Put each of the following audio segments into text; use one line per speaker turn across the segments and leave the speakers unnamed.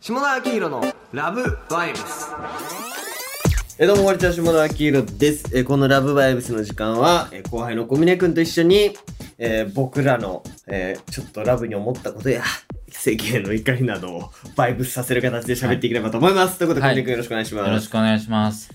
下田明宏のラブバイブス
えどうも、こんにちは、下田明宏です。えーこのラブバイブスの時間は、えー後輩の小峰くんと一緒に、えー僕らの、えーちょっとラブに思ったことや、世間への怒りなどをバイブスさせる形で喋っていければと思います。ということで、
はい
小峰くんよろしくお願いします。
よろしくお願いします。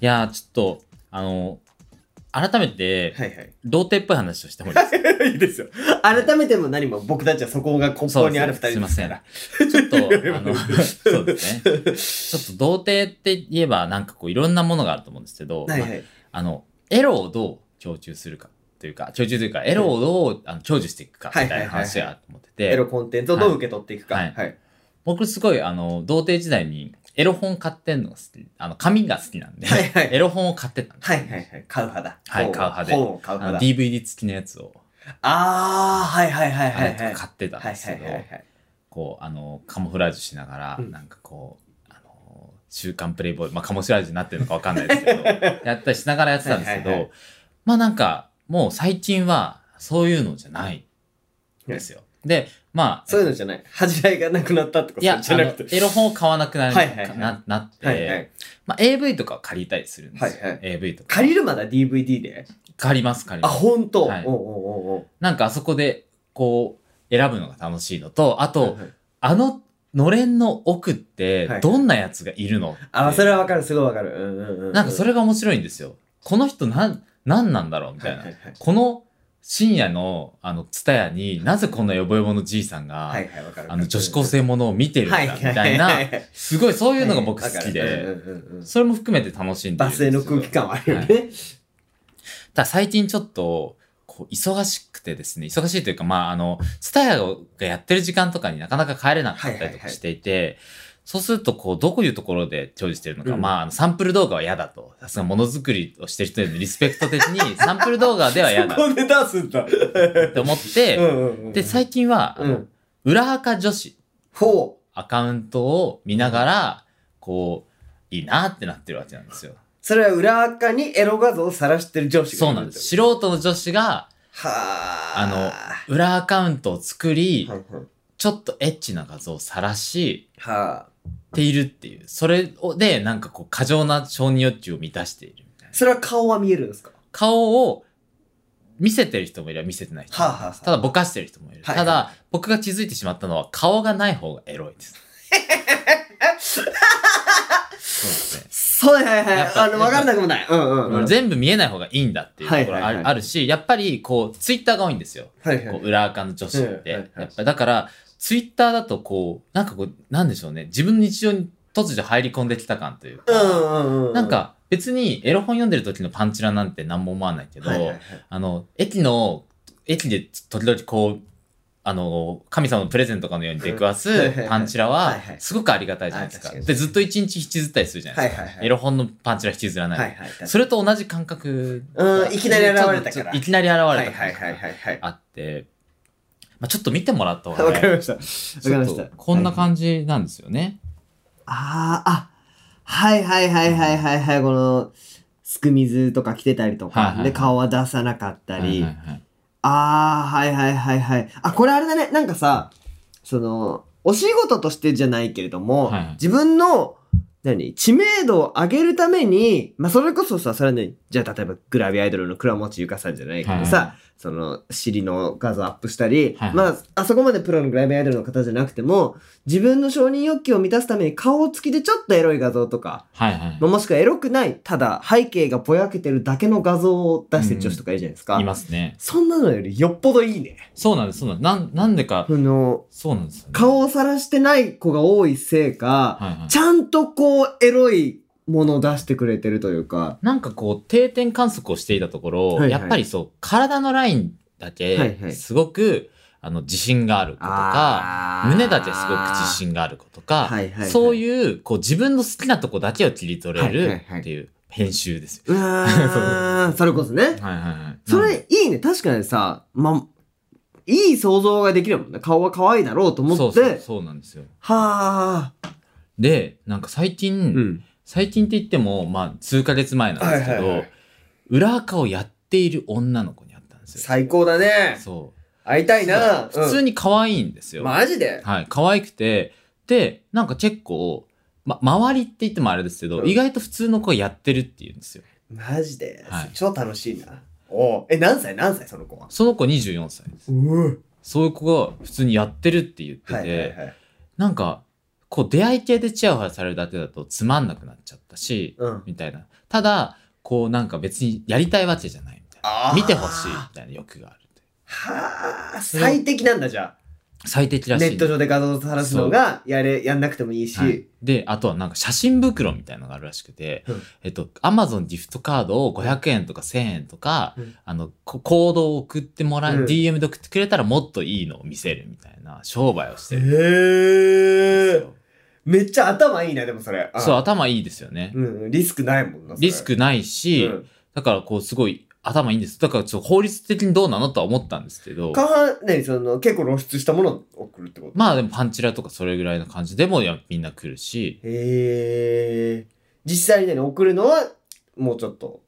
いやー、ちょっと、あの、改めて、
はいはい。
童貞っぽい話をしてもいいですか
いいですよ。改めても何も僕たちは そこが根
そう
本に
です
あ
ね
る二人
すいま
です
せ
か
ん。
ら。
ちょっと、あ の、そうですね。ちょっと童貞って言えば、なんかこう、いろんなものがあると思うんですけど、
はいは
まあ
い。
あの、エロをどう享受するかというか、享受というか、エロをどう、あの享受していくかみたいな話やと思ってて、
エロコンテンツをどう受け取っていくか。は
はいい。僕すごい、あの、童貞時代に、エロ本買ってんのが好き、あの、紙が好きなんで、
はいはい
エロ本を買ってたんです
はいはいはい。買う派だ。
はい
本を
買う派で
本を買う
あの
派だ。
DVD 付きのやつを、
あー、はいはいはい
あ
は
れ
い
と
は
か
い。
買ってたん
はい
です
は
け
い
ど、
はいはい。
こう、あの、カモフラージュしながら、
うん
なんかこう、あの、週刊プレイボーイ、まあカモフラージュになってるのかわかんないですけど、 やったりしながらやってたんですけ
はい
ど、
はいは
まあなんか、もう最近は、そういうのじゃないんですよ。で、まあ、
そういうのじゃない。恥じらいがなくなったってこと
いや、
じゃなくて。
あのエロ本を買わなくなる、
はいはいはい
ななって、
はいはい。
まあ AV とかを借りたりするんですよ。
はいはい
AV とか。
借りるまだ DVD で。
借ります、借り
あ、
ます。
ほんと。おうおう
はい
おうおう
なんかあそこで、こう、選ぶのが楽しいのと、あと、
はいはい
あの、のれんの奥っ
は
て
い、
どんなやつがいるの、
あ、それはわかる、すごいわかる。うんうんうんう。
なんかそれが面白いんですよ。この人なん、なんなんだろうみ
は
た
い
い
は
な。
いはい。
この深夜の、あの、ツタヤになぜこんなヨボヨボのじいさんが、
はいはい、わかる。
あの、女子高生ものを見てるんだ、
はい
み
はいはい
たいな、
はいはい
すごいそういうのが僕好き
はいはい
で、
わかるうんうんうんうん
それも含めて楽しんでるん
バ
です
ス
け
へ
ど
の空気感はあるよ
は
ね。
ただ最近ちょっと、こう、忙しくてですね、忙しいというか、まあ、あの、ツタヤがやってる時間とかになかなか帰れなかったりとかしていて、そうすると、こう、どういうところで調理してるのか、
うん
まああの、サンプル動画は嫌だと。さすがものづくりをしてる人へのリスペクト的 に、サンプル動画では嫌
そ
だ
こで出すんだ。
って思って、で、最近は、あ
う
の
ん。
裏垢女子
ほう。
アカウントを見ながら、こう、いいなってなってるわけなんですよ。
それは裏垢にエロ画像を晒してる上司が
そ
いうる
なん
っ
で
てこと
す。素人の女子が
はあ。
あ裏アカウントを作り、
はいはい
ちょっとエッチな画像を晒し
はあ。
ているっていう。それをで、なんかこう、過剰な承認欲求を満たしているみたいな。
それは顔は見えるんですか
顔を見せてる人もいれば見せてない人もいる
はあはあはあ
ただぼかしてる人もいる。
はい
ただ、僕が気づいてしまったのは、顔がない方がエロ いです。そうですね。
そうはいはいはい。
やっぱ
あの、わからなくもない。うんうんうん。
全部見えない方がいいんだっていうところが
は
あ
いはい
る
はい
あるし、やっぱりこう、ツイッターが多いんですよ。
はいは
こ。
いう
裏垢の女子っ
うん
て。
はいはい
やっぱだから、ツイッターだとこう、なんかこう、なんでしょうね。自分の日常に突如入り込んできた感というか、
うんうんうん。
なん、か別にエロ本読んでる時のパンチラなんて何も思わないけど、
はいはいはい
あの、駅の、駅で時々こう、あの、神様のプレゼントとかのように出くわ
うんはいはいは
す
い
パンチラ
は
はい
はい、
すごくありがたいじゃないです
あ
か。
確かに
で、ずっと一日引きずったりするじゃな
は
いで
い
すか。
はいはい。
エロ本のパンチラ引きずらない。
はいはい。
それと同じ感覚。
うんいきなり現れたから
ちょっといきなり現れた
は
感
い
覚
はいはいはいはい。
あって、まあ、ちょっと見てもらった 方
わ
が
か
ね、
りました。わかりまし
ちょ
た
っと。こんな感じなんですよね。
ああ、あ、はいはいはいはいはいはい、この、すく水とか着てたりとか、
はいはいは
で、
い
顔は出さなかったり、
はいはいはい
ああ、はいはいはいはい。あ、これあれだね、なんかさ、その、お仕事としてじゃないけれども、
はいはい
自分の、何知名度を上げるために、まあ、それこそさ、それはね、じゃあ例えばグラビアアイドルの倉持ゆかさんじゃないけどさ、
はい
その、尻の画像アップしたり、
はいはい
まあ、あそこまでプロのグラビアアイドルの方じゃなくても、自分の承認欲求を満たすために顔つきでちょっとエロい画像とか、
はいはい
まあもしくはエロくない、ただ背景がぼやけてるだけの画像を出してる女子とかいるじゃないですか。
いますね。
そんなのよりよっぽどいいね。
そうなんです、そうなんです。なんなんでか
あ、の、
そうなんですよね。
顔をさらしてない子が多いせいか、
はいはい
ちゃんとこう、エロいものを出してくれてるというか。
なんかこう定点観測をしていたところ、
はいはい
やっぱりそう体のラインだ
はいは
け
い
すごくあの自信がある子とか、胸だけすごく自信がある子とか、
はいはいはい
そういうこう自分の好きなとこだけを切り取れ
はいは
る
いはい
っていう編集ですよ。
うわー それこそね。
はいはいはい。
それ、いいね。確かにさ、ま、いい想像ができるもんね。顔は可愛いだろうと思って。
そうそうそうなんですよ。
はあ。
で、なんか最近、
うん。
最近って言っても、まあ数ヶ月前なんですけ
は
ど、
いはいはい
裏垢をやっている女の子に会ったんですよ。
最高だね。
そう。
会いたいな。
普通
に。
に可愛いんですよ。
マジで
はい、可愛くて、で、なんか結構、ま、周りって言ってもあれですけど、
うん
意外と普通の子がやってるっていうんですよ。
マジで、
はい
超楽しいな。おうえ、何歳何歳その子は。
その子24歳です。
うう。
そういう子が普通にやってるって言ってて、
はいはいはい。
なんか、こう出会い系でチヤホヤされるだけだとつまんなくなっちゃったし、
うん。
みたいな。ただ、こうなんか別にやりたいわけじゃないみたい
あ
な。
ー
見てほしいみたいな欲があるって。
はあ、最適なんだじゃ
最適
あ。
らしい
ネッ
んで
ト上で画像を晒すのが、やれ、やんなくてもいいし。
はい、で、あとはなんか写真袋みたいのがあるらしくて、
うん
えっと、アマゾンギフトカードを500円とか1000円とか、
うん
あの、こコードを送ってもらう、
うん
DM で送ってくれたらもっといいのを見せるみたいな商売をして
へ
るんです
え
よ。。
めっちゃ頭いいな、でもそれ。あ
そう、頭いいですよね。
うんうん、リスクないもんな。それ
リスクないし、
うん
だからこうすごい頭いいんです。だからちょっと法律的にどうなのとは思ったんですけど、
過半、ね、その、結構露出したものを送るってこと
まあでもパンチラとかそれぐらいの感じでもいやみんな来るし、
へえ。実際にね、送るのは、もうちょっと。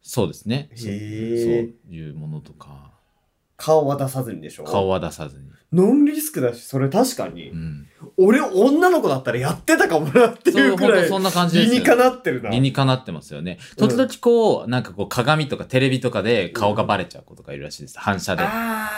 そうですね。そう
へえ。
いうものとか、
顔は出さずにでしょ
顔は出さずに。
ノンリスクだし、それ確かに。
うん。
俺、女の子だったらやってたかもなって
そ、
いううく
本
ら
当
い
そ、んな感じで
理
す
に
よ
か
ね。
なってるな。
理にかなってますよね。
うん
時々こう、なんかこう鏡とかテレビとかで顔がバレちゃう子とかいるらしいです。反射で。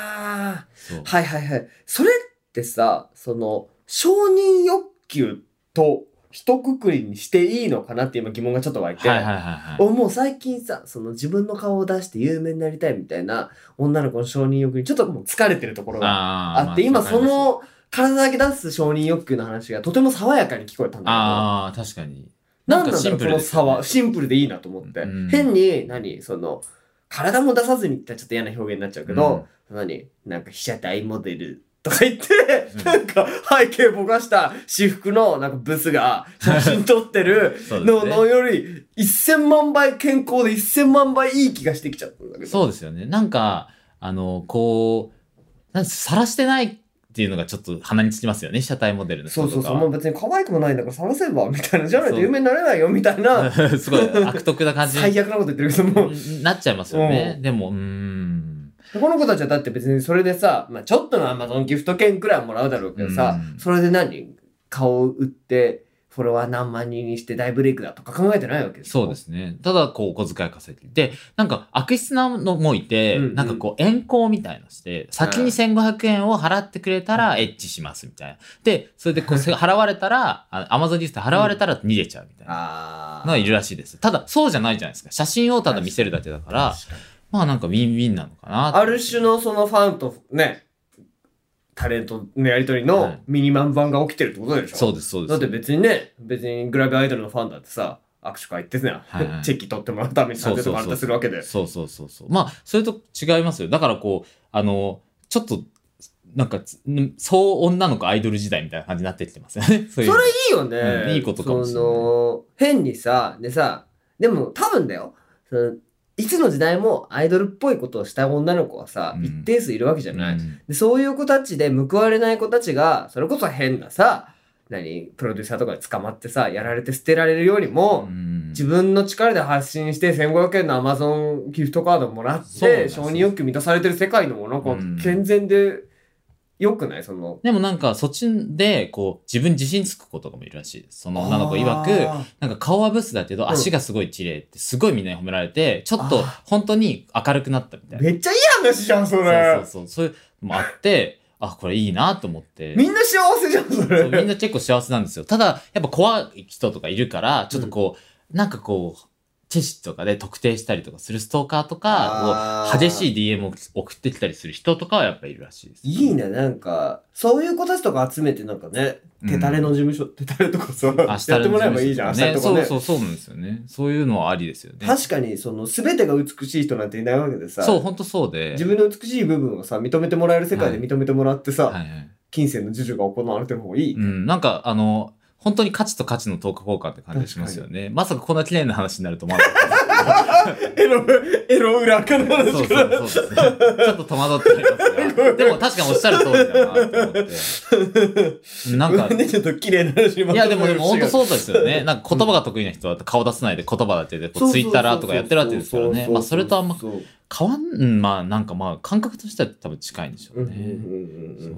あ
そう
あ、はいはいはい。それってさ、その、承認欲求と一括りにしていいのかなって今疑問がちょっと湧いて。
はいはいはいはい。
おもう最近さその自分の顔を出して有名になりたいみたいな女の子の承認欲求にちょっともう疲れてるところが
あー
あって今そ、
まあ
の体だけ出す承認欲求の話がとても爽やかに聞こえたんだ
あー、確か
け
に。
どなんなんだ
シ
ろ
ン
う
プ
こ
ル
の
ですよ
差
ね
はシンプルでいいなと思って
うん
変に何その体も出さずにってちょっと嫌な表現になっちゃうけ ど、何なんか被写体モデルとか言 って、
うん
なんか背景ぼかした私服のなんかブスが写真撮ってる
そうで
の
すね
のより1000万倍健康で1000万倍いい気がしてきちゃったんだけど。
そうですよね。なんか、あの、こう、なんさらしてないっていうのがちょっと鼻につきますよね、被写体モデルの人
そう
と
そ
か。
うそう。もう別に可愛くもないんだから探せばみたいな。じゃないと
そう
有名になれないよみたい な。
すごい悪徳な感じ
最悪なこと言ってるけども。
になっちゃいますよね。でも、うーん。
この子たちはだって別にそれでさ、まあちょっとのアマゾンギフト券くらいはもらうだろうけどさ、
うん
それで何顔を売って、フォロワー何万人にして大ブレイクだとか考えてないわけです。
そうですすね。ただ、こう、お小遣い稼ぎ。で、なんか、悪質なのもいて、
うんうん
なんかこう、遠行みたいのして、先に1500円を払ってくれたら、エッチしますみたいな。で、それでこう、せ払われたら、あのアマゾンギフト払われたら逃げちゃうみたいな。
あ
のがいるらしいです。ただ、そうじゃないじゃないですか。写真をただ見せるだけだから、まあなんかウィンウィンなのかな。
ある種のそのファンとね、タレントのやりとり
は
の
い
ミニマン版が起きてるってことでしょ
そうです、そうです。
だって別にね、別にグラビアアイドルのファンだってさ、握手会行ってね、
はいはい
チェキ取ってもらうために3000とかあったするわけで。
そうそうそうそう。まあ、それと違いますよ。だからこう、あの、ちょっと、なんか、つそう女の子アイドル時代みたいな感じになってきてますよね。そ
そうれ
い
いういよね、
うんいいことかもしれな
そ
い
の変にさでさでも多分だよそのいつの時代もアイドルっぽいことをした女の子はさ、
うん
一定数いるわけじゃない、
うん
でそういう子たちで報われない子たちがそれこそ変なさ何プロデューサーとかに捕まってさやられて捨てられるよりも、
うん
自分の力で発信して1500円のアマゾンギフトカードもらっ
そうなん
て
です
承認欲求満たされてる世界のものが
うん
健全でよくないその
でもなんか、そっちで、こう、自分に自信つく子とかもいるらしいです。その女の子曰く、
あー
なんか顔はブスだけど、
ん
足がすごい綺麗って、すごいみんなに褒められて、ちょっと
あー
本当に明るくなったみたいな。
めっちゃいい話じゃんそ
そう
れ
そうそう。そういうのもあって、あ、これいいなと思って。
みんな幸せじゃんそ
そうみん
れ
な結構幸せなんですよ。ただ、やっぱ怖い人とかいるから、ちょっとこう、なんかこう、チェシとかで特定したりとかするストーカーとか
あ、ー
こう激しい DM を送ってきたりする人とかはやっぱいるらしいです。
いいねなんかそういう子たちとか集めてなんかね
うん
手たれの事務所手たれとかさ
明日
やってもらえばいいじゃん明日
ね。
とか
そう
ね
そうそうなんですよね。そういうのはありですよね。
確かにその全てが美しい人なんていないわけでさ
そう、本当そうで。
自分の美しい部分をさ認めてもらえる世界で
は
認めてもらってさ、
はいはい。
金銭の授受が行われてる方がいい、
うん、なんか、あの、本当に価値と価値の等価交換って感じがしますよね。まさかこんな綺麗な話になると思わなかったですけど。
エロエロ裏垢の
そ
話か
うそ
ら
うそうですね。ちょっと戸惑ってますが、でも確かにおっしゃる通りだなと思って。なん か、
なんでちょっと綺麗な話にまと
い
め
や
る
でもでも本当
う
そうですよね。なんか言葉が得意な人だって顔出さないで言葉だけで、こうツイッターとかやってるわけですからね。まあそれとあんま変わん、うんまあなんかまあ感覚としては多分近いんでしょ
う
うん
うんうん
ね。
うんうん
そう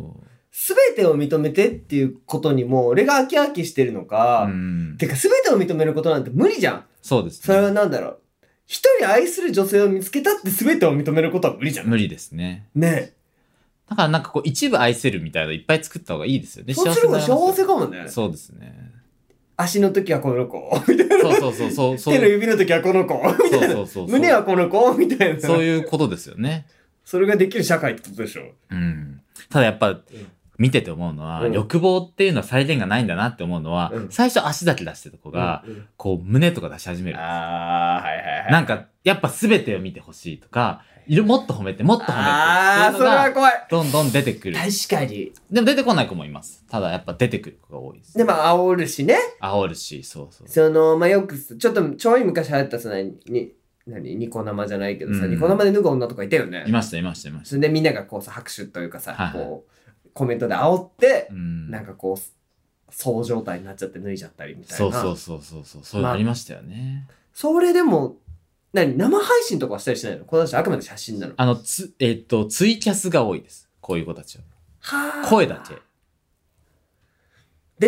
全てを認めてっていうことにもう俺が飽き飽きしてるのか、
うん。
てか全てを認めることなんて無理じゃん
そうですね。
それは何だろう一人愛する女性を見つけたって全てを認めることは無理じゃん
無理ですね。
ね
だからなんかこう、一部愛せるみたいなのいっぱい作った方がいいですよ
え
ね。
そうする
に
が
なりますよ
幸せかもね
そうですね。
足の時はこの子
そうそうそうそう。 そう
手の指の時はこの子みたい
そ
な
うそうそう
胸はこの子みたいな
そういうことですよね。
それができる社会ってことでしょ
うん。ただやっぱ、見てて思うのは、
うん
欲望っていうのは再現がないんだなって思うのは、
うん
最初足だけ出してた子が、
うんうん
こう胸とか出し始める。
ああはいはいはい
なんか、やっぱ全てを見てほしいとか、いろもっと褒めて、もっと褒めて。
ああ
って
そ
いう
れ
のが
は怖い
どんどん出てくる。
確かに
でも出てこない子もいます。ただやっぱ出てくる子が多いです。
でも煽るしね
煽るし、そうそう。
そのまあよくちょっとちょい昔流行ったそのに何ニコ生じゃないけどさ、
うん
ニコ生で脱ぐ女とかいたよね
いました、いました、いまし
それでみんながこうさ拍手というかさ、
はいはい
こうコメントで煽って
た。う、ん。
なんかこうそう状態になっちゃって脱いじゃったりみたいな
そうそうそうそうそう。そういうのありましたよね。
それでも何生配信とかはしたりしないのこの人あくまで写真なの
あの、つ、えっと、ツイキャスが多いです。こういう子たちは。
はあ
声だけ。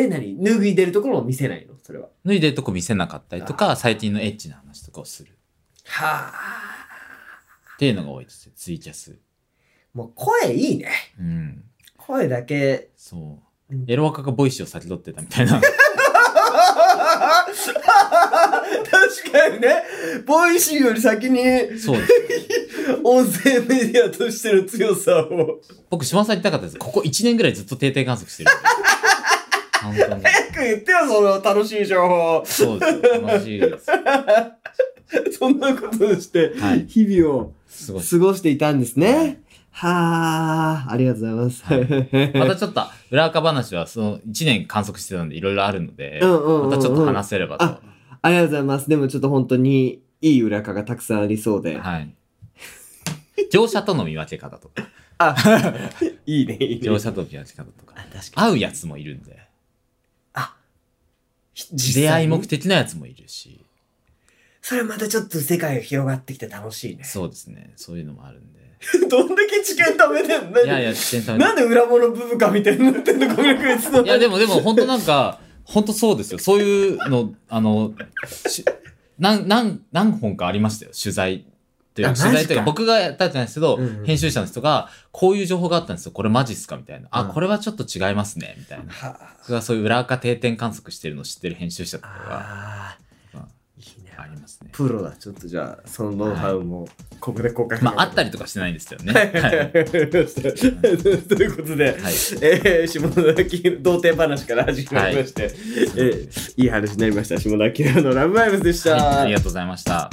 で何脱いでるところを見せないのそれは
脱いでるとこ見せなかったりとか、最近のエッチな話とかをする。
はあ
っていうのが多いですよ。ツイキャス。
もう声いいね
うん。
声だけ
そう
うん。
エロワカがボイシーを先取ってたみた いな。
確かにね、ボイシーより先に
そうです。
音声メディアとしての強さを。
僕、島田さん言いたかったです。ここ1年ぐらいずっと定点観測してるんで。本 当に。
早く言ってよ、その楽しい情報。
そうですよ。楽しいです。
そんなことして、
はい
日々を
すごい。
過ごしていたんですね。はあ、ありがとうございます。
またちょっと、裏垢話はその1年観測してたんで、いろいろあるので、
うんうんうんうん
またちょっと話せれば
あ
と。
ありがとうございます。でもちょっと本当にいい裏垢がたくさんありそうで。
はい。 乗車との見分け方と か、
いいね、いい
乗車との見分け方とか、
確かに。
会うやつもいるんで、
実
出
際
会
に
い目的のやつもいるし、
それまたちょっと世界が広がってきて楽しいね。
そうですね。そういうのもあるんで。
どんだけ知見貯めてんの
いやいや、自転車
なんで裏物ブブカみたいになってんのこれこいつの。
いや、でもでも、本当なんか、本当そうですよ。そういうの、あの、しなん、なん、何本かありましたよ。取材。っていう
あ
か取材とい
マジか
うか、僕がやったんじゃないですけど、
うんうん
編集者の人が、こういう情報があったんですよ。これマジっすかみたいな。あ、
うん
これはちょっと違いますね。みたいな。
は
僕がそういう裏垢定点観測してるのを知ってる編集者とかが
あ
ま
いいね
あありますね。
プロだ、ちょっとじゃあ、そのノウハウも、ここで公開
まあ、あった
り。
りとかしてないんですけど ね。
は
はい
はい
い。
はいということで、
はい
えー下田明童貞話から始まりまして、いえーいい話になりました。下田明のラブライブズでした。
はいありがとうございました。